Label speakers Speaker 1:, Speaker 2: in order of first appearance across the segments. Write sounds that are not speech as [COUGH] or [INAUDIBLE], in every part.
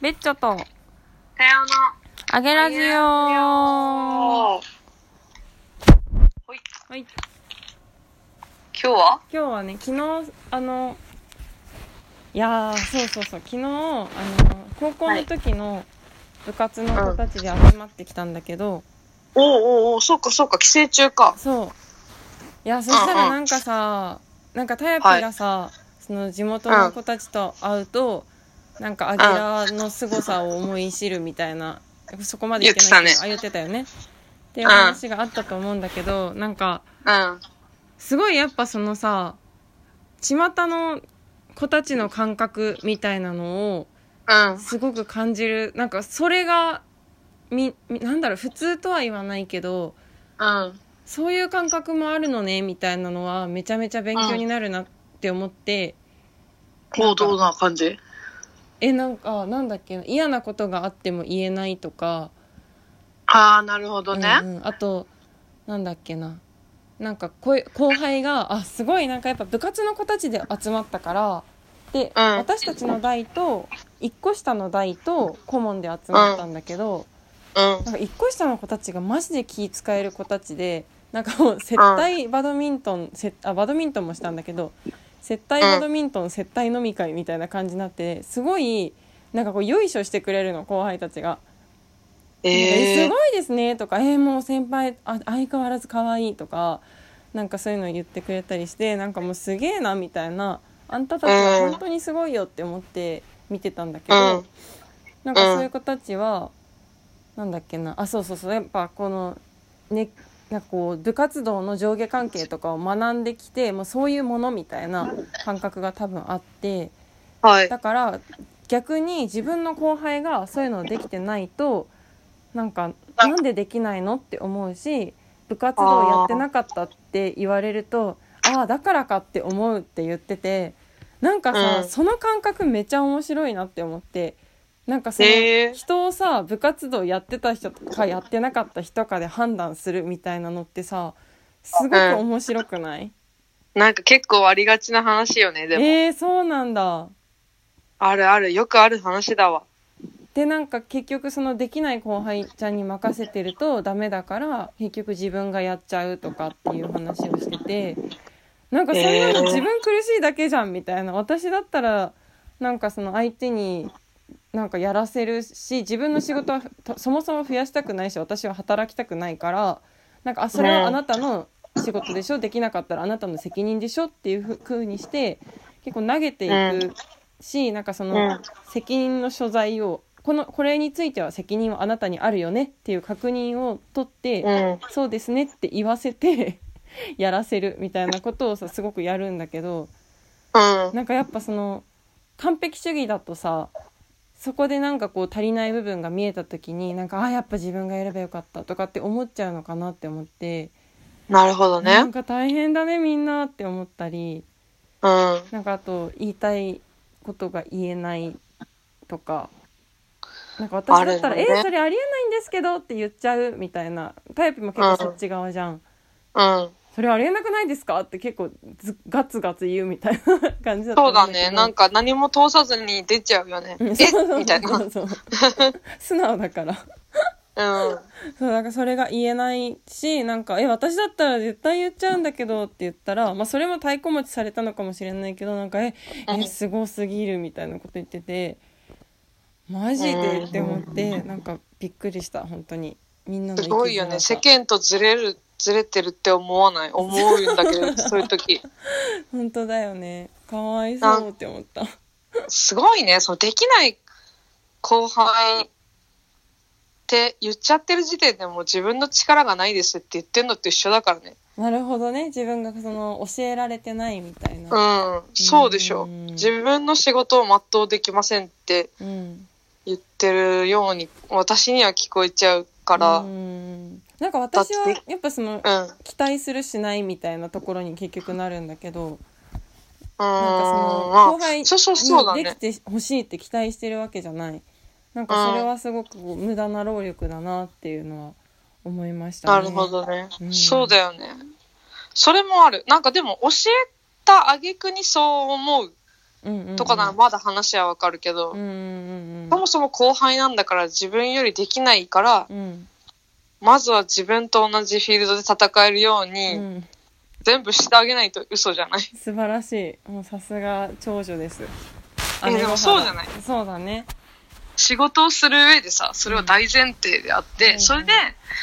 Speaker 1: ベッチョと、
Speaker 2: さような
Speaker 1: あげラジオは
Speaker 2: ら。ほい。
Speaker 1: い。今
Speaker 2: 今日は
Speaker 1: 日はね、昨日、あの、いやー、そうそうそう、昨日、あの、高校の時の部活の子たちで集まってきたんだけど、
Speaker 2: おうおうおう、そうかそうか、帰省中か。
Speaker 1: そう。いや、そしたらなんかさ、なんかタヤピがさ、その地元の子たちと会うと、なんかアゲラの凄さを思い知るみたいな、そこまでいけないけどあ、言ってたよね。っていう話があったと思うんだけど、なんか、
Speaker 2: うん。
Speaker 1: すごいやっぱそのさ巷の子たちの感覚みたいなのを
Speaker 2: うん。
Speaker 1: すごく感じるなんかそれがみみなんだろう普通とは言わないけど
Speaker 2: うん。
Speaker 1: そういう感覚もあるのねみたいなのはめちゃめちゃ勉強になるなって思って、
Speaker 2: 行動な感じ
Speaker 1: えなんかなんだっけ嫌なことがあっても言えないとか、
Speaker 2: ああ、なるほどね。
Speaker 1: うんうんあとなんだっけななんかこい後輩があすごいなんかやっぱ部活の子たちで集まったからで、
Speaker 2: うん
Speaker 1: 私たちの代と1個下の代と顧問で集まったんだけど、
Speaker 2: うん。
Speaker 1: なんか1個下の子たちがマジで気使える子たちでなんかもう接待バドミントン、接あバドミントンもしたんだけど接待バドミントン、接待飲み会みたいな感じになってすごいなんかこうよいしょしてくれるの後輩たちが。
Speaker 2: え
Speaker 1: え
Speaker 2: え
Speaker 1: すごいですね」とか「えーもう先輩あ相変わらず可愛いとかなんかそういうの言ってくれたりしてなんかもうすげえなみたいなあんたたちは本当にすごいよって思って見てたんだけど、
Speaker 2: うん
Speaker 1: なんかそういう子たちは、なんだっけなあそうそうそうやっぱこのねなんかこう部活動の上下関係とかを学んできてもうそういうものみたいな感覚が多分あって。
Speaker 2: はい。
Speaker 1: だから逆に自分の後輩がそういうのできてないとなんかなんでできないのって思うし部活動やってなかったって言われるとああだからかって思うって言っててなんかさ、
Speaker 2: うん
Speaker 1: その感覚めちゃ面白いなって思ってなんかその
Speaker 2: へー
Speaker 1: 人をさ部活動やってた人とかやってなかった人かで判断するみたいなのってさすごく面白くない、
Speaker 2: なんか結構ありがちな話よね、でも。
Speaker 1: えー、そうなんだ。
Speaker 2: あるある、よくある話だわ。
Speaker 1: でなんか結局そのできない後輩ちゃんに任せてるとダメだから結局自分がやっちゃうとかっていう話をしててなんかそんなの自分苦しいだけじゃんみたいな私だったらなんかその相手になんかやらせるし自分の仕事はとそもそも増やしたくないし私は働きたくないからなんかあそれはあなたの仕事でしょできなかったらあなたの責任でしょっていうふうにして結構投げていくし、なんかその、
Speaker 2: うん
Speaker 1: 責任の所在をこのこれについては責任はあなたにあるよねっていう確認を取って、
Speaker 2: うん。
Speaker 1: そうですねって言わせて [LAUGHS] やらせるみたいなことをさすごくやるんだけど
Speaker 2: うん。
Speaker 1: なんかやっぱその完璧主義だとさそこでなんかこう足りない部分が見えた時になんかああやっぱ自分がやればよかったとかって思っちゃうのかなって思って、
Speaker 2: なるほど
Speaker 1: なん
Speaker 2: ね。
Speaker 1: か大変だねみんなって思ったり
Speaker 2: うん。
Speaker 1: なんかあと言いたいことが言えないとか。なんか私だったら「
Speaker 2: あるよね
Speaker 1: えーそれありえないんですけど」って言っちゃうみたいなタイプも結構そっち側じゃん
Speaker 2: うん。
Speaker 1: 「それありえなくないですか?」って結構ずガツガツ言うみたいな感じだった
Speaker 2: そうだね。なん
Speaker 1: か
Speaker 2: か何も通さずに出ちゃうよね。えみたいな。 [LAUGHS]
Speaker 1: 素直だから
Speaker 2: うん。
Speaker 1: そうなんかそれが言えないしなんか「え私だったら絶対言っちゃうんだけど」って言ったら、まあ、それも太鼓持ちされたのかもしれないけどなんか「ええすごすぎる」みたいなこと言ってて「マジで?」って思ってなんかびっくりした本当にみんなの
Speaker 2: すごいよね。世
Speaker 1: 生き
Speaker 2: 間とずれる、ずれてるって思わない。思うんだけ
Speaker 1: [LAUGHS]
Speaker 2: ど、そういう時。
Speaker 1: づらさ本当だよねかわいそうって思った
Speaker 2: すごいね。そのできない後輩って言っちゃってる時点でもう自分の力がないですって言ってんのと一緒だからね。
Speaker 1: なるほどね自分がその教えられてないみたいな
Speaker 2: うん。そうでしょ
Speaker 1: う
Speaker 2: う。
Speaker 1: ん
Speaker 2: 自分の仕事を全うできませんって
Speaker 1: うん
Speaker 2: 言ってるように、私には聞こえちゃうから。
Speaker 1: う
Speaker 2: うん。
Speaker 1: んなんか私は
Speaker 2: だっ
Speaker 1: やっぱその
Speaker 2: うん。
Speaker 1: 期待するしないみたいなところに結局なるんだけどなんかその後
Speaker 2: ま
Speaker 1: 輩
Speaker 2: あ、そうそうそうだ
Speaker 1: に
Speaker 2: ね。
Speaker 1: できてほしいって期待してるわけじゃないなんかそれはすごくこう無駄な労力だなっていうのは思いましたね
Speaker 2: なるほどね、
Speaker 1: うん
Speaker 2: そうだよね。それもある。なんかでも教えた挙句にそう思う
Speaker 1: うんうんうん
Speaker 2: とかならまだ話はわかるけど、
Speaker 1: うんうんうん
Speaker 2: そもそも後輩なんだから自分よりできないから、
Speaker 1: うん
Speaker 2: まずは自分と同じフィールドで戦えるよう
Speaker 1: う
Speaker 2: に、
Speaker 1: ん
Speaker 2: 全部してあげないと嘘じゃない。
Speaker 1: 素晴らしいもうさすが長女です
Speaker 2: えでもそうじゃない
Speaker 1: そうだね
Speaker 2: 仕事をする上でさ、それは大前提であって、
Speaker 1: うん
Speaker 2: それで、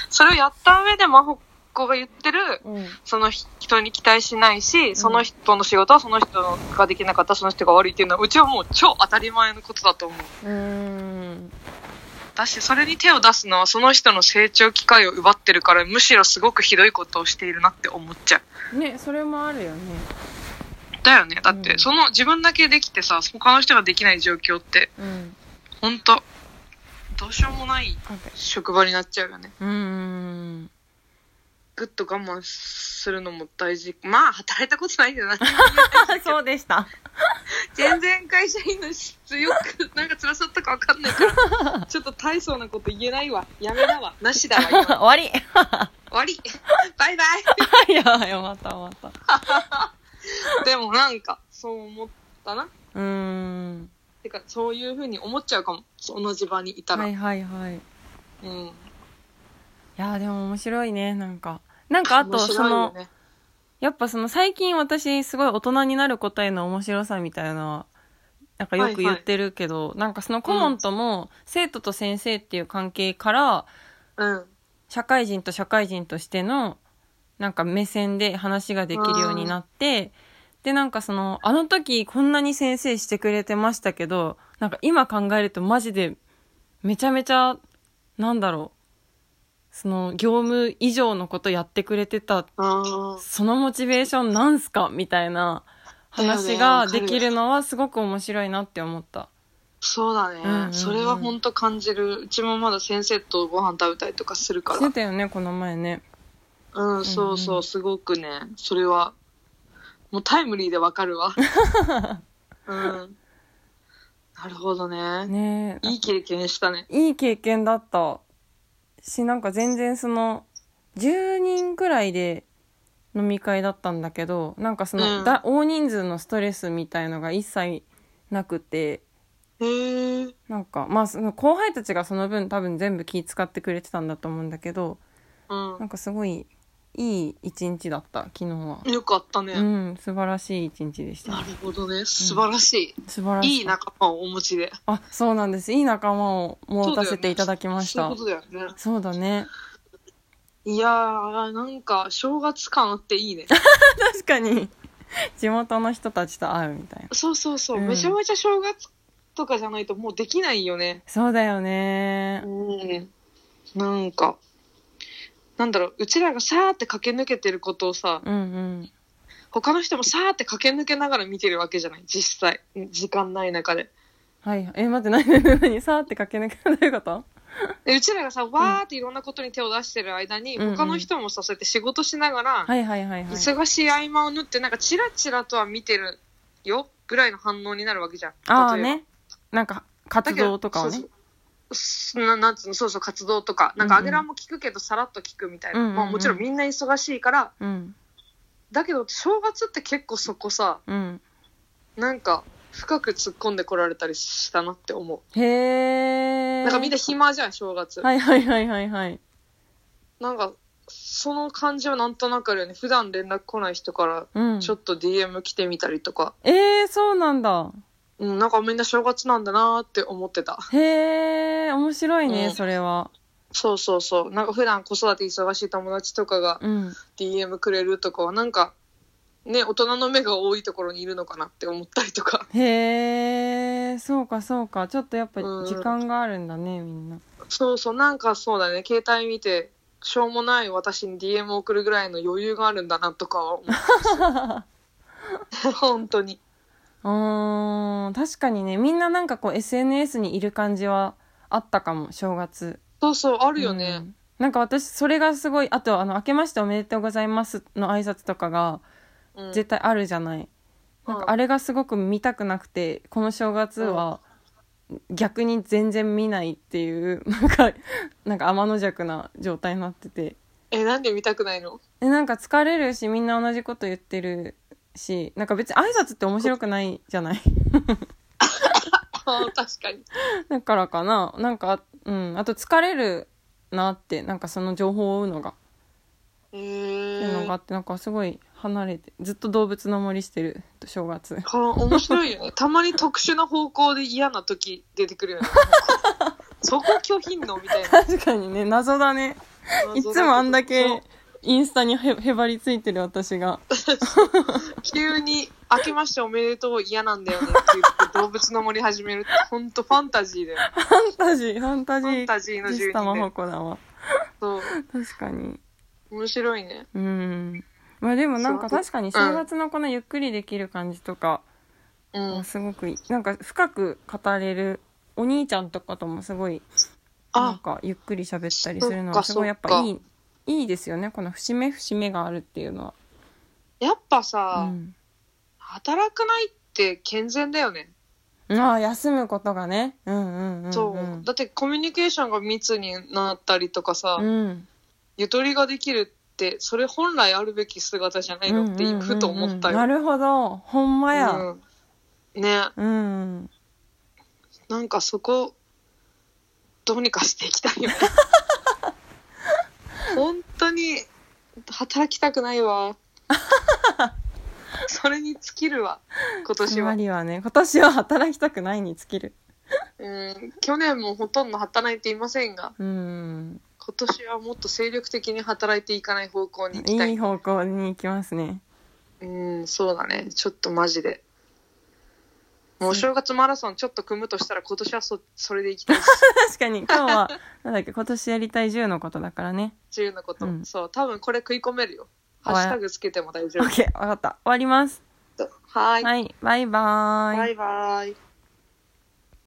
Speaker 2: それをやった上で真帆子が言ってる、
Speaker 1: うん
Speaker 2: その人に期待しないし、その人の仕事はその人ができなかった、その人が悪いっていうのは、うちはもう超当たり前のことだと思う。
Speaker 1: うーん
Speaker 2: だし、それに手を出すのはその人の成長機会を奪ってるから、むしろすごくひどいことをしているなって思っちゃう。
Speaker 1: ねそれもあるよね
Speaker 2: だよね。だっ
Speaker 1: う
Speaker 2: て、
Speaker 1: ん
Speaker 2: その自分だけできてさ、他の人ができない状況って、
Speaker 1: うん
Speaker 2: ほんと、どうしようもない
Speaker 1: オッケー
Speaker 2: 職場になっちゃうよね。
Speaker 1: うー
Speaker 2: [LAUGHS]
Speaker 1: ん
Speaker 2: ぐっと我慢するのも大事。まあ、働いたことないけ
Speaker 1: [LAUGHS]
Speaker 2: どな。
Speaker 1: そうでした
Speaker 2: 全然会社員の質よく、なんか辛さったかわかんない
Speaker 1: [LAUGHS]
Speaker 2: から、ちょっと大層なこと言えないわ。やめだわ。なしだわ。
Speaker 1: [LAUGHS] [LAUGHS]
Speaker 2: 今終
Speaker 1: 終わり
Speaker 2: わり。バイバ
Speaker 1: いやよかったよかっ
Speaker 2: イ。でもなんか、そう思ったな。
Speaker 1: たうーん
Speaker 2: てか、そういうふうに思っちゃうかも。そう同じ場にいたら。
Speaker 1: はいはいはいい
Speaker 2: うん。
Speaker 1: やでも面白いねなんかなんかあと
Speaker 2: 面白
Speaker 1: そ
Speaker 2: いよ
Speaker 1: の
Speaker 2: ね、
Speaker 1: やっぱその最近私すごい大人になることへの面白さみたいなのはなんかよく言ってるけど、なんかその顧問とも生徒と先生っていう関係から
Speaker 2: うん。
Speaker 1: 社会人と社会人としてのなんか目線で話ができるようになってでなんかそのあの時こんなに先生してくれてましたけどなんか今考えるとマジでめちゃめちゃなんだろうその業務以上のことやってくれてた
Speaker 2: あー
Speaker 1: そのモチベーションなんすかみたいな話ができるのはすごく面白いなって思った。
Speaker 2: そうだね、
Speaker 1: うんうんうん
Speaker 2: それは本当感じる。うちもまだ先生とご飯食べたりとかするか
Speaker 1: し
Speaker 2: ら。
Speaker 1: てたよね、この前ね。
Speaker 2: うん、そう
Speaker 1: うん
Speaker 2: そうう、
Speaker 1: ん
Speaker 2: すごくね、それは、もうタイムリーでわかる [LAUGHS] わ。うん。なるほどね。
Speaker 1: ねえ
Speaker 2: いい経験したね。
Speaker 1: いい経験だったし、なんか全然その、10人くらいで飲み会だったんだけど、なんかその、
Speaker 2: うん
Speaker 1: だ大人数のストレスみたいのが一切なくて、
Speaker 2: へえ。
Speaker 1: なんか、まあその後輩たちがその分多分全部気使ってくれてたんだと思うんだけど、
Speaker 2: う
Speaker 1: なんかすごいいい一日だった、昨日は。
Speaker 2: ん。よかったね。
Speaker 1: うん、素晴らしい一日でした
Speaker 2: な。るほどね。素晴らし
Speaker 1: 素晴ら
Speaker 2: い。
Speaker 1: しい。
Speaker 2: いい仲間をお持ちで。
Speaker 1: あ、そうなんです。いい仲間を持たせていただきまし
Speaker 2: そう
Speaker 1: た。
Speaker 2: いうことだよね。
Speaker 1: そうだね。
Speaker 2: いやー、なんか、正月感あっていいね。
Speaker 1: 確かに。地元の人たちと会うみたいな。
Speaker 2: そうそうそう。
Speaker 1: うん
Speaker 2: めちゃめちゃ正月とかじゃないともうできないよね。
Speaker 1: そうだよね。
Speaker 2: うん。なんか、なんだろう、うちらがさーって駆け抜けてることをさ、
Speaker 1: うんうん。
Speaker 2: 他の人もさーって駆け抜けながら見てるわけじゃない実際。時間ない中で。
Speaker 1: はい。え、待って、何、何、何、さーって駆け抜けどういうこと
Speaker 2: でうちらがさ、わーっていろんなことに手を出してる間に、
Speaker 1: うんうん
Speaker 2: 他の人もさ、そうやって仕事しながら、
Speaker 1: はいはいはいはい。
Speaker 2: 忙しい合間を縫って、なんかチラチラとは見てるよぐらいの反応になるわけじゃん。
Speaker 1: ああ
Speaker 2: 例えば
Speaker 1: ね。なんか、活動とかをね
Speaker 2: そう。そうななんつうのそうそう活動とかなんか
Speaker 1: うんう
Speaker 2: あ
Speaker 1: ん
Speaker 2: げらんも聞くけどさらっと聞くみたいな、
Speaker 1: うんうんうん
Speaker 2: まあ、もちろんみんな忙しいから
Speaker 1: うん。
Speaker 2: だけど正月って結構そこさ
Speaker 1: うん。
Speaker 2: なんか深く突っ込んでこられたりしたなって思
Speaker 1: へ
Speaker 2: う
Speaker 1: え。
Speaker 2: なんかみんな暇じゃん正月、
Speaker 1: はいはいはいはいはい。
Speaker 2: なんかその感じはなんとなくあるよね普段連絡来ない人から
Speaker 1: うん。
Speaker 2: ちょっと DM 来てみたりとか、
Speaker 1: えー、そうなんだ。
Speaker 2: うん、なんかみんな正月なんだなーって思ってた
Speaker 1: へえ、面白いね、
Speaker 2: うん
Speaker 1: それは。そう
Speaker 2: そうそうそうなんか普段子育て忙しい友達とかが
Speaker 1: うん。
Speaker 2: DM くれるとかはなんかね大人の目が多いところにいるのかなって思ったりとか
Speaker 1: へえ、そうかそうか。ちょっとやっぱ
Speaker 2: うん
Speaker 1: 時間があるんだね、みんな。
Speaker 2: そうそうなんかそうだね携帯見てしょうもない私に DM 送るぐらいの余裕があるんだなとかは思
Speaker 1: [LAUGHS]
Speaker 2: う本当に
Speaker 1: うーん、確かにね、みんななんかこう SNS にいる感じはあったかも、正月。
Speaker 2: そうそうあ
Speaker 1: あ
Speaker 2: るよね、
Speaker 1: なんか私、それがすごい、あと、あの、明けましておめでとうございますの挨拶とかが
Speaker 2: うん
Speaker 1: 絶対あるじゃない。なんかあれがすごく見たくなくて、この正月は逆に全然見ないっていう、なんか、なんか天の弱な状態になってて。
Speaker 2: えなんで見たくないの [LAUGHS]
Speaker 1: でなんか疲れるしみんな同じこと言ってるし、なんか別に挨拶って面白くないじゃない
Speaker 2: あー確かに。
Speaker 1: だからかな。なんか、うん。あと疲れるなって、なんかその情報を追うのが。
Speaker 2: う
Speaker 1: っていうの
Speaker 2: ー
Speaker 1: があ
Speaker 2: ん。
Speaker 1: って、なんかすごい離れて、ずっと動物の森してる、正月。 [LAUGHS]
Speaker 2: この面白いよね。たまに特殊な方向で嫌な時出てくるよね。
Speaker 1: [LAUGHS]
Speaker 2: そこ拒否んのみたいな。
Speaker 1: 確かにね、謎だね。 [LAUGHS] いつもあんだけインスタにへへばりついてる私が。
Speaker 2: 急に「明けましておめでとう嫌なんだよね」って言って動物の森始めるってほんとファンタジーだよね
Speaker 1: ファンタジー、ファンタジ
Speaker 2: ファン
Speaker 1: ー。
Speaker 2: タジーの
Speaker 1: ジ
Speaker 2: 住
Speaker 1: スタマ
Speaker 2: 人
Speaker 1: ホ
Speaker 2: で
Speaker 1: コだわ。
Speaker 2: そう
Speaker 1: 確かに。
Speaker 2: 面白いね
Speaker 1: うん。まあでもなんか
Speaker 2: そう
Speaker 1: 確かに正月のこのゆっくりできる感じとか、
Speaker 2: うん
Speaker 1: すごくいい、なんか深く語れる、お兄ちゃんとかともすごい、なん
Speaker 2: あ
Speaker 1: かゆっくり喋ったりするの
Speaker 2: そ
Speaker 1: は
Speaker 2: っか
Speaker 1: すごいやっ
Speaker 2: そ
Speaker 1: ぱ
Speaker 2: っか
Speaker 1: いい、いいですよね。この節目節目があるっていうのは。
Speaker 2: やっぱ
Speaker 1: う
Speaker 2: さ、
Speaker 1: ん。
Speaker 2: 働かないって健全だよね、
Speaker 1: ああ、休むことがね。うんうんうん、うん。
Speaker 2: そうだってコミュニケーションが密になったりとかさ、
Speaker 1: うん。
Speaker 2: ゆとりができるってそれ本来あるべき姿じゃないのって
Speaker 1: うんうんうんうん
Speaker 2: ふと思ったよ、
Speaker 1: なるほど。ほんまや。
Speaker 2: うんね
Speaker 1: うん。
Speaker 2: なんかそこどうにかしていきたいよね本当に働きたくないわそれに尽きるわ今
Speaker 1: つ
Speaker 2: 年
Speaker 1: ま
Speaker 2: は、
Speaker 1: りはね、今年は働きたくないに尽きる。
Speaker 2: うん、去年もほとんど働いていませんが
Speaker 1: うん。
Speaker 2: 今年はもっと精力的に働いていかない方向に行きたい
Speaker 1: いい方向に行きますね。 [LAUGHS]
Speaker 2: うんそうだねちょっとマジでもうお正月マラソンちょっと組むとしたら今年はそそれでいきたいし
Speaker 1: 確かに、今日
Speaker 2: [LAUGHS]
Speaker 1: は、なんだっけ、今年やりたい10のことだからね。
Speaker 2: 自由なこと、
Speaker 1: うん
Speaker 2: そう多分これ食い込めるよハ
Speaker 1: はい
Speaker 2: ッシュタグつけても大丈
Speaker 1: OK、わかった。終わります。
Speaker 2: 夫はい
Speaker 1: はい、バイバーイ。
Speaker 2: バイバイ